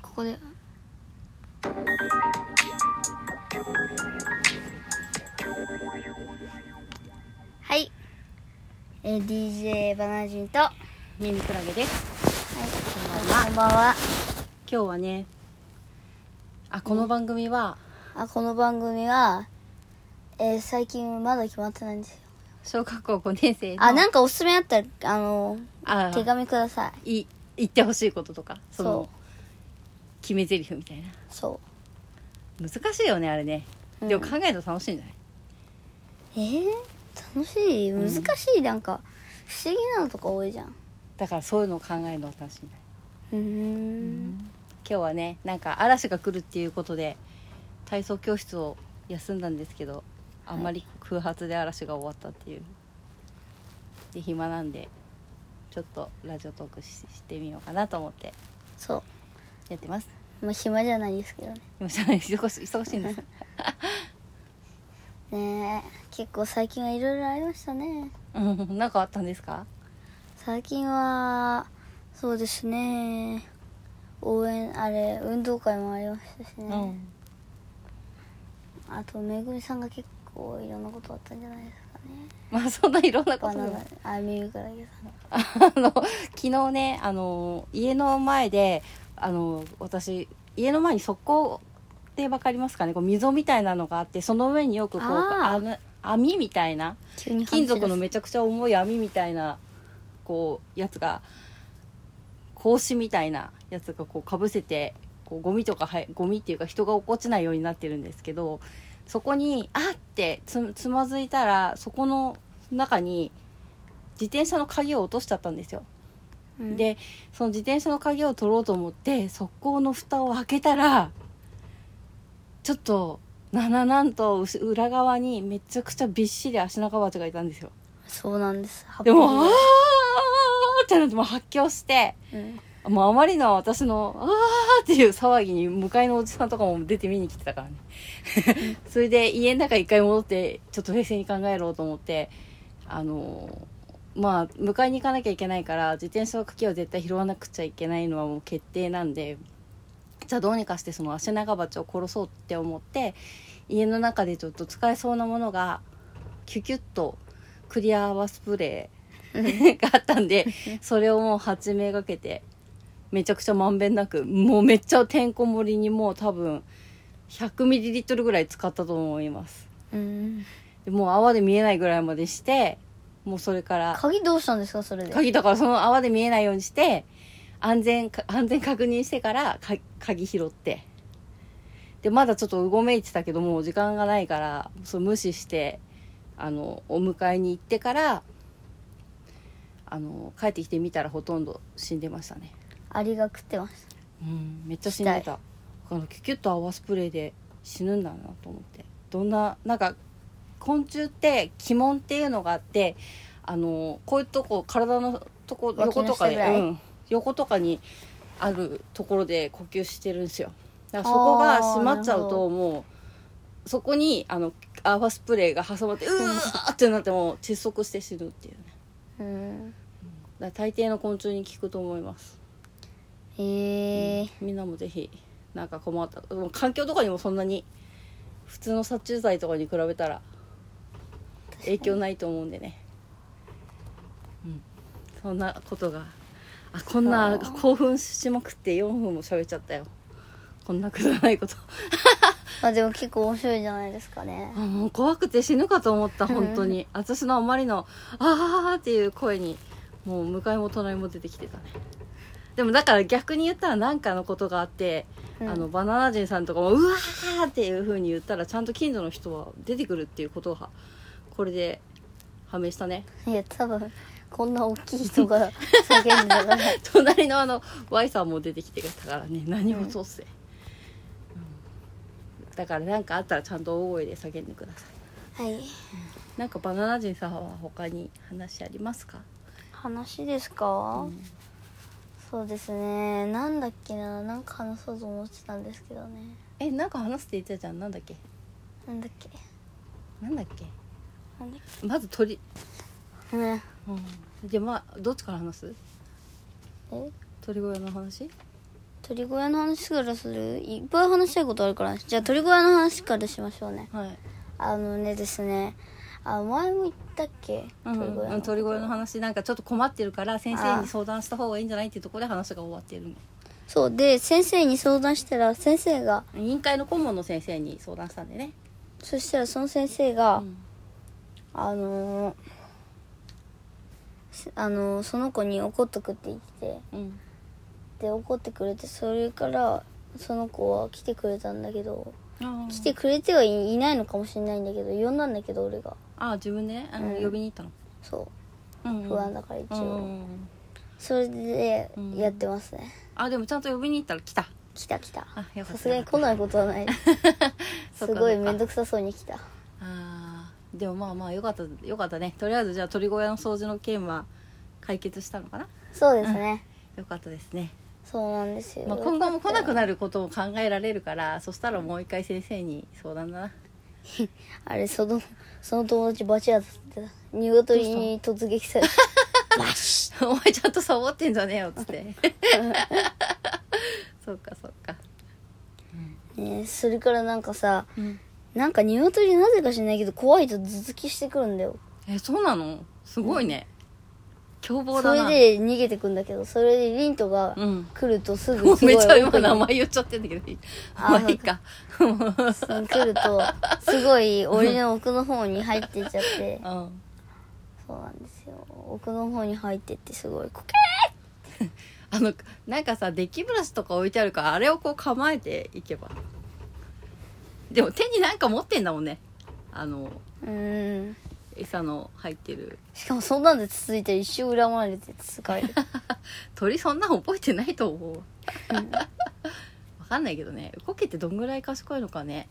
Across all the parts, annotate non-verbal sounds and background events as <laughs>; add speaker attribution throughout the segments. Speaker 1: こではい、えー、DJ バナジンと、は
Speaker 2: ミミクラゲです
Speaker 1: い、こんばんは
Speaker 2: 今日はねあこの番組は、
Speaker 1: あこの番組は、えー最近まだ決まってないんですよ
Speaker 2: 小学校5年生の
Speaker 1: あなんかおすすめあったらあの
Speaker 2: あ
Speaker 1: 手紙ください
Speaker 2: い言ってほしいこととかその
Speaker 1: そ
Speaker 2: 決め台詞みたいな
Speaker 1: うそ
Speaker 2: 難しいよねあれね、
Speaker 1: うん
Speaker 2: でも考えると楽しいんじゃないう
Speaker 1: えー、楽しい難しい、なんか不思議なのとか多いじゃん
Speaker 2: だからそういうのを考えるのは楽しいんじゃないう
Speaker 1: ーん
Speaker 2: 今日はねなんか嵐が来るっていうことで体操教室を休んだんですけどあんまり空発で嵐が終わったっていうで暇なんでちょっとラジオトークししてみようかなと思って
Speaker 1: そ
Speaker 2: やってます
Speaker 1: うまあ暇じゃないですけどね
Speaker 2: 今じゃない忙し忙しい
Speaker 1: <laughs>
Speaker 2: んです
Speaker 1: ねえ結構最近はいろいろありましたね
Speaker 2: うんなんかあったんですか
Speaker 1: 最近はそうですね応援あれ運動会もありましたしね、
Speaker 2: うん
Speaker 1: あとめぐみさんが結構いろんなことあったんじゃないですかね
Speaker 2: まあそんないろんなこ
Speaker 1: バ
Speaker 2: とで
Speaker 1: ナ
Speaker 2: も
Speaker 1: ナあみぐからげさんが
Speaker 2: あの昨日ねあの家の前であの私家の前に側溝ってわかりますかねこう溝みたいなのがあってその上によくこう
Speaker 1: あ
Speaker 2: 網網みたいな
Speaker 1: 急に
Speaker 2: 金属の
Speaker 1: め
Speaker 2: めちゃくちゃ重い網みたいなこうやつが格子みたいなやつがこうかぶせてこうゴミとかはいゴミっていうか人が落っこちないようになってるんですけどそこにあってつつまずいたらそこの中に自転車の鍵を落としちゃったんですよ。でその自転車の鍵を取ろうと思って側溝の蓋を開けたらちょっとなななんとうし裏側にめちゃくちゃびっしり足長バチがいたんですよ
Speaker 1: そうなんです
Speaker 2: でもあ
Speaker 1: ハッ
Speaker 2: ーってなってもう発狂して
Speaker 1: ピーうん
Speaker 2: もうあまりの私のあーっていう騒ぎに向かいのおじさんとかも出て見に来てたからね <laughs> それで家の中一回戻ってちょっと冷静に考えろうと思ってあのーまあ迎えに行かなきゃいけないから自転車の鍵は絶対拾わなくちゃいけないのはもう決定なんでじゃあどうにかしてその足長鉢を殺そうって思って家の中でちょっと使えそうなものがキュキュッとクリア泡スプレー <laughs> があったんでそれをもう発明がけてめちゃくちゃまんべんなくもうめっちゃてんこ盛りにもう多分100ミリリットルぐらい使ったと思います
Speaker 1: うん
Speaker 2: でもう泡で見えないぐらいまでしてもうそれから
Speaker 1: 鍵どうしたんですかそれで
Speaker 2: 鍵だからその泡で見えないようにして安全か安全確認してからか鍵拾ってでまだちょっとうごめいてたけどもう時間がないからそう無視してあのお迎えに行ってからあの帰ってきてみたらほとんど死んでましたね
Speaker 1: アリが食ってまし
Speaker 2: うん、めっちゃ死んで
Speaker 1: した
Speaker 2: このキュキュッと泡スプレーで死ぬんだなと思ってどんななんか昆虫って鬼門っていうのがあってあのこういうとこ体のとこ
Speaker 1: 脇
Speaker 2: 横
Speaker 1: の
Speaker 2: とかで、
Speaker 1: 下ぐらい
Speaker 2: うん、横とかにあるところで呼吸してるんですよだからそこが閉まっちゃう
Speaker 1: あ
Speaker 2: ともうそこにあの泡スプレーが挟まってうわーってなってもう窒息して死ぬっていうね
Speaker 1: たうん
Speaker 2: だから大抵の昆虫に効くと思います
Speaker 1: ええ
Speaker 2: みんなもぜひなんか困ったでも環境とかにもそんなに普通の殺虫剤とかに比べたら影響ないと思うんでねうんそんなことがあこん
Speaker 1: あ
Speaker 2: な
Speaker 1: ー
Speaker 2: 興奮しまくって4分も喋っちゃったよこんなくだらないこと
Speaker 1: まあでも結構面白いじゃないですかね
Speaker 2: あもう怖くて死ぬかと思った本当に私のあまりの「あー」っていう声にもう向かいも隣も出てきてたねでもだから逆に言ったら何かのことがあって
Speaker 1: うん
Speaker 2: あのバナナ人さんとかも「うわー!」っていう風に言ったらちゃんと近所の人は出てくるっていうことがこれで判明したね <laughs>
Speaker 1: いや多分こんな大きい人が叫んだ <laughs> から
Speaker 2: 隣のあの Y さんも出てきてたからね何もそうっすね、うんだから何かあったらちゃんと大声で叫んでください
Speaker 1: はい
Speaker 2: なんかバナナ人さんは他に話ありますか
Speaker 1: 話ですか、
Speaker 2: うん
Speaker 1: そうですねなんだっけななんか話そうと思ってたんですけどね
Speaker 2: えなんか話すって言ってたじゃんなんだっけ
Speaker 1: なんだっけ
Speaker 2: なんだっけ
Speaker 1: なんだっ
Speaker 2: まず鳥、
Speaker 1: けね
Speaker 2: じゃあまあどっちから話す
Speaker 1: え
Speaker 2: 鳥小屋の話
Speaker 1: 鳥小屋の話からするいっぱい話したいことあるからじゃあ鳥小屋の話からしましょうね
Speaker 2: はい
Speaker 1: あのねですねあ前も言ったっけ
Speaker 2: うん
Speaker 1: 鳥小屋
Speaker 2: うん、鳥越の話なんかちょっと困ってるから先生に相談した方がいいんじゃないっていうところで話が終わってるの
Speaker 1: そうで先生に相談したら先生が
Speaker 2: 委員会の顧問の先生に相談したんでね
Speaker 1: そしたらその先生が、
Speaker 2: うん
Speaker 1: あのーしあのーその子に怒っとくって言って
Speaker 2: うん
Speaker 1: で怒ってくれてそれからその子は来てくれたんだけど来
Speaker 2: 来
Speaker 1: てくれてはいいないのかもしれないんだけど呼んだんだけど俺が
Speaker 2: ああ自分でねあの、
Speaker 1: うん
Speaker 2: 呼びに行ったの、
Speaker 1: そ
Speaker 2: うんう
Speaker 1: うん不安だから一応、
Speaker 2: うん
Speaker 1: それで
Speaker 2: うん
Speaker 1: やってますね、
Speaker 2: あでもちゃんと呼びに行った
Speaker 1: <laughs>
Speaker 2: ら来た
Speaker 1: 来た来た
Speaker 2: あよかった
Speaker 1: さすがに来ないことは
Speaker 2: <laughs>
Speaker 1: ないすごい面倒
Speaker 2: く
Speaker 1: くさそうに来た
Speaker 2: あーでもまあまあよかったよかったねとりあえずじゃあ鳥小屋の掃除の件は解決したのかな
Speaker 1: そうですね、
Speaker 2: よかったですね、
Speaker 1: そうなんですよ、
Speaker 2: まあ、今後も来なくなることを考えられるからそしたらもう一回先生に相談だな
Speaker 1: あれそのその友達バチ当たってた鶏に突撃された
Speaker 2: 「 <laughs> お前ちゃんとサボってんじゃねえよ」っつって <laughs> そうかそうか
Speaker 1: ねえそれからなんかさ
Speaker 2: うん
Speaker 1: なんか鶏なぜか知んないけど怖いと頭突きしてくるんだよ
Speaker 2: えそうなのすごいね、凶暴
Speaker 1: そ
Speaker 2: だな
Speaker 1: れで逃げてくんだけどそれでリントが
Speaker 2: うん
Speaker 1: 来るとす
Speaker 2: も
Speaker 1: ぐ
Speaker 2: う
Speaker 1: すご
Speaker 2: <laughs> め
Speaker 1: い
Speaker 2: っちゃ今
Speaker 1: 奥に
Speaker 2: 名前言っちゃってんだけどいい
Speaker 1: あ
Speaker 2: <laughs> まあいいか <laughs>
Speaker 1: そう来るとすごい俺の奥の方に入っていっちゃって
Speaker 2: うん
Speaker 1: そうなんですよ奥の方に入ってってすごいコケ
Speaker 2: あのなんかさデッキブラシとか置いてあるからあれをこう構えていけばでも手になんか持ってんだもんねあの
Speaker 1: うーん
Speaker 2: 餌の入ってる
Speaker 1: しかもそんなんでつついて一生恨まれてつつ
Speaker 2: <laughs>
Speaker 1: かれる
Speaker 2: 鳥そんな覚えてないと思うわわかんないけどねウコケってどんぐらい賢いのかね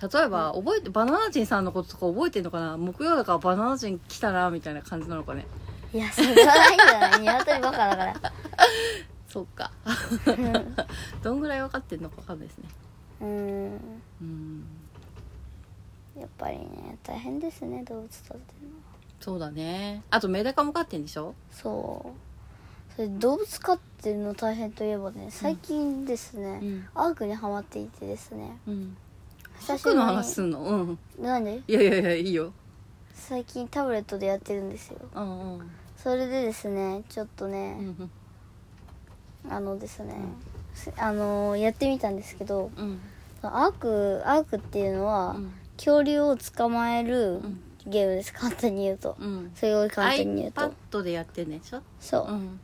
Speaker 2: 例えば覚えてバナナ人さんのこととか覚えてんのかな木曜だからバナナ人来たなみたいな感じなのかね
Speaker 1: いやそれはないんじゃない鶏バカだから
Speaker 2: そっか <laughs> どんぐらい分かってんのか分かんないですね
Speaker 1: うーん
Speaker 2: うん
Speaker 1: やっぱりね大変ですね動物とってのは
Speaker 2: そうだねあとメダカも飼ってんでしょ
Speaker 1: そうそれ動物飼ってるの大変といえばね最近ですね、
Speaker 2: うん
Speaker 1: アークにハマっていてですね
Speaker 2: うん
Speaker 1: 久しぶ
Speaker 2: 僕
Speaker 1: りに
Speaker 2: の話すんのうん
Speaker 1: なんで
Speaker 2: いやいやいやいいよ
Speaker 1: 最近タブレットでやってるんですよ
Speaker 2: うんうん
Speaker 1: それでですねちょっと
Speaker 2: う
Speaker 1: ね、
Speaker 2: ん
Speaker 1: あのですね、あのやってみたんですけど
Speaker 2: うん
Speaker 1: アークアークっていうのは、
Speaker 2: うん
Speaker 1: 恐竜を捕まえる
Speaker 2: ん
Speaker 1: ゲームです簡単に言うと、
Speaker 2: うん
Speaker 1: すごい簡単に言うと
Speaker 2: iPad でやってんでしょ
Speaker 1: そう、
Speaker 2: うん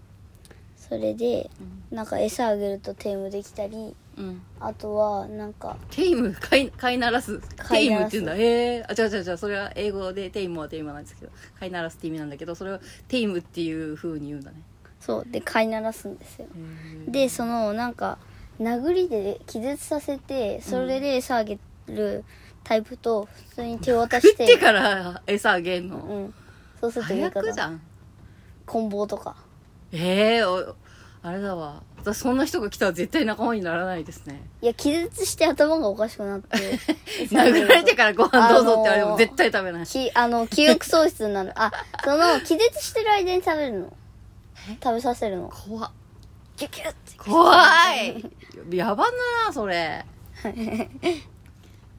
Speaker 1: それで
Speaker 2: うん
Speaker 1: なんか餌あげるとテームできたり
Speaker 2: うん
Speaker 1: あとはなんか
Speaker 2: テイム飼い飼いならす
Speaker 1: 飼
Speaker 2: テ
Speaker 1: い
Speaker 2: イ
Speaker 1: な
Speaker 2: ム
Speaker 1: らす
Speaker 2: っていうんだへえあ違う違う違うそれは英語でテイムはテイムなんですけど飼いならすって意味なんだけどそれをテイムっていう風に言うんだね
Speaker 1: そうで飼いならすんですよ
Speaker 2: へ
Speaker 1: でそのなんか殴りで気絶させてそれで餌あげるタイプと普通に手渡
Speaker 2: え食
Speaker 1: し
Speaker 2: <laughs> っててから餌あげん
Speaker 1: う
Speaker 2: の
Speaker 1: んそうすると言い方
Speaker 2: 早くじゃん
Speaker 1: 棍棒とか
Speaker 2: ええおあれだわ私そんな人が来たら絶対仲間にならないですね
Speaker 1: いや気絶して頭がおかしくな
Speaker 2: <laughs>
Speaker 1: って
Speaker 2: 殴られてからご飯どうぞって言われ
Speaker 1: あ
Speaker 2: て
Speaker 1: の
Speaker 2: も
Speaker 1: ー
Speaker 2: 絶対食べない
Speaker 1: きあの記憶喪失になるあその気絶してる間に食べるの
Speaker 2: え
Speaker 1: 食べさせるの
Speaker 2: 怖
Speaker 1: <laughs>
Speaker 2: っ
Speaker 1: キュキュッて
Speaker 2: 怖い
Speaker 1: <laughs>
Speaker 2: やばなそれ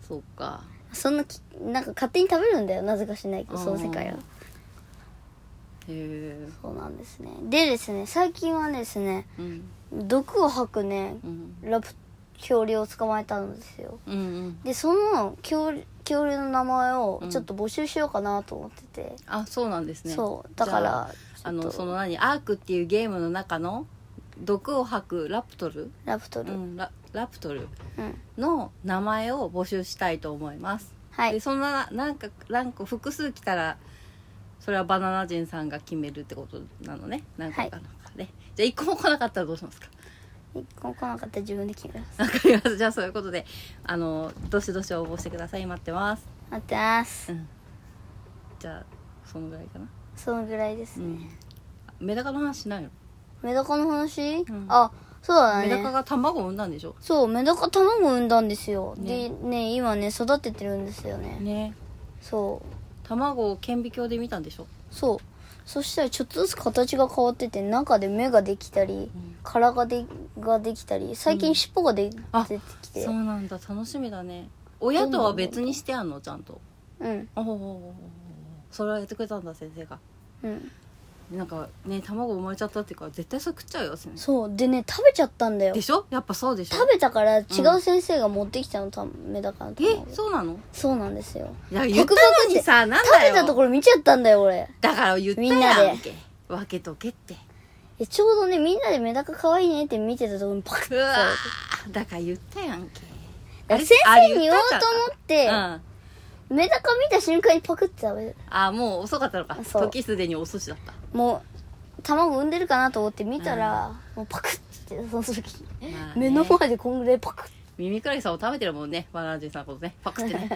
Speaker 2: そうか
Speaker 1: そんなきなんか勝手に食べるんだよなぜかしないけどその世界は
Speaker 2: うんへえ
Speaker 1: そうなんですねでですね最近はですね
Speaker 2: うん
Speaker 1: 毒を吐くね
Speaker 2: うん
Speaker 1: ラプ恐竜を捕まえたんですよ
Speaker 2: うんうん
Speaker 1: でその恐竜恐竜の名前をちょっと募集しようかなと思ってて、
Speaker 2: あそうなんですね
Speaker 1: そうだか
Speaker 2: じゃあ
Speaker 1: ら
Speaker 2: あ
Speaker 1: ちょ
Speaker 2: の
Speaker 1: っと
Speaker 2: その何アークっていうゲームの中の毒を吐くラプトル、
Speaker 1: ラプト
Speaker 2: う
Speaker 1: ル、うん
Speaker 2: ん、ララプトルの名前を募集したいと思います、
Speaker 1: は
Speaker 2: で
Speaker 1: い
Speaker 2: そんななんか何個複数来たらそれはバナナ人さんが決めるってことなのね何個かなんかね、じゃあ1個も来なかったらどうしますか <laughs>
Speaker 1: 一個も来なかったら自分で決めます
Speaker 2: わかりますじゃあそういうことであのどしどし応募してください待ってます
Speaker 1: 待ってます、
Speaker 2: うんじゃあそのぐらいかな
Speaker 1: そのぐらいです
Speaker 2: う
Speaker 1: ね、
Speaker 2: んメダカの話しないの
Speaker 1: メダカの話、
Speaker 2: ん
Speaker 1: あそうだ
Speaker 2: メダカ
Speaker 1: ね
Speaker 2: が卵を産んだんでしょ
Speaker 1: そうメダカ卵産んだんですよ、
Speaker 2: ね
Speaker 1: でね今ね育ててるんですよね
Speaker 2: ね
Speaker 1: そ
Speaker 2: 卵を顕微鏡で見たんでしょ
Speaker 1: そうそしたらちょっとずつ形が変わってて中で目ができたり
Speaker 2: ん
Speaker 1: 殻がでができたり最近尻尾がで、
Speaker 2: あ
Speaker 1: 出てきて
Speaker 2: そうなんだ楽しみだね親とは別にしてあんのちゃんと
Speaker 1: うん
Speaker 2: おおそれはやってくれたんだ先生が
Speaker 1: うん
Speaker 2: なんかね卵生まれちゃったっていうから絶対それ食っちゃうよ先生
Speaker 1: そうでね食べちゃったんだよ
Speaker 2: でしょやっぱそうでしょ
Speaker 1: 食べたから違う先生が持ってきたのためだから卵
Speaker 2: えそうなの
Speaker 1: そうなんですよ
Speaker 2: いや
Speaker 1: 白
Speaker 2: 言ったのにさなん
Speaker 1: 食
Speaker 2: だ
Speaker 1: べ
Speaker 2: よ
Speaker 1: たところ見ちゃったんだよ俺
Speaker 2: だから言った
Speaker 1: みんなで
Speaker 2: やんけ分けとけって
Speaker 1: えちょうどねみんなでメダカ可愛いねって見てたところにパクッ
Speaker 2: う
Speaker 1: て
Speaker 2: わーだから言ったやんけ
Speaker 1: だから先生に言おうと思って
Speaker 2: う、ん
Speaker 1: メダカ見た瞬間にパクって食べる
Speaker 2: あもう遅かったのか
Speaker 1: そう
Speaker 2: 時すでに遅しだった
Speaker 1: もう卵産んでるかなと思って見たら、もうパクってその時、
Speaker 2: まあ
Speaker 1: 目
Speaker 2: ね
Speaker 1: の前でこんぐらいパクッ
Speaker 2: 耳くらげさんを食べてるもんねバナナジンさんのことねパクって
Speaker 1: <laughs>
Speaker 2: ね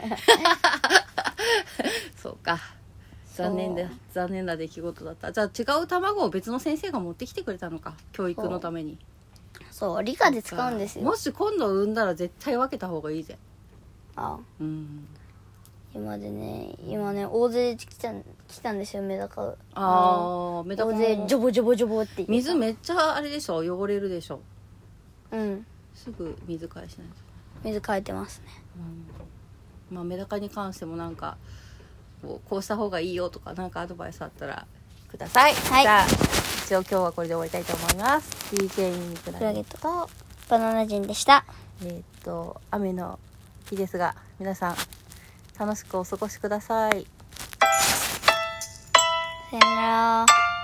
Speaker 2: そうか
Speaker 1: そう
Speaker 2: 残念だ残念な出来事だったじゃあ違う卵を別の先生が持ってきてくれたのか教育のために
Speaker 1: そう理科で使うんですよ
Speaker 2: もし今度産んだら絶対分けた方がいいぜ
Speaker 1: あ
Speaker 2: うん
Speaker 1: 今でね今ね大勢来たん来たんですよメダカ
Speaker 2: ああメダ
Speaker 1: 大
Speaker 2: カも
Speaker 1: 勢ジョボジョボジョボって言って
Speaker 2: 水めっちゃあれでしょ汚れるでしょ
Speaker 1: うん
Speaker 2: すぐ水返しないと
Speaker 1: 水変えてますね
Speaker 2: まあ、メダカに関してもなんかこうこうした方がいいよとかなんかアドバイスあったらください、
Speaker 1: はい
Speaker 2: じゃあ一応今日はこれで終わりたいと思います DJ ミニク
Speaker 1: クラ
Speaker 2: ラ
Speaker 1: ゲ
Speaker 2: ゲ
Speaker 1: とかバナナ人でした
Speaker 2: えーっと雨の日ですが皆さん楽しくお過ごしください
Speaker 1: さよなら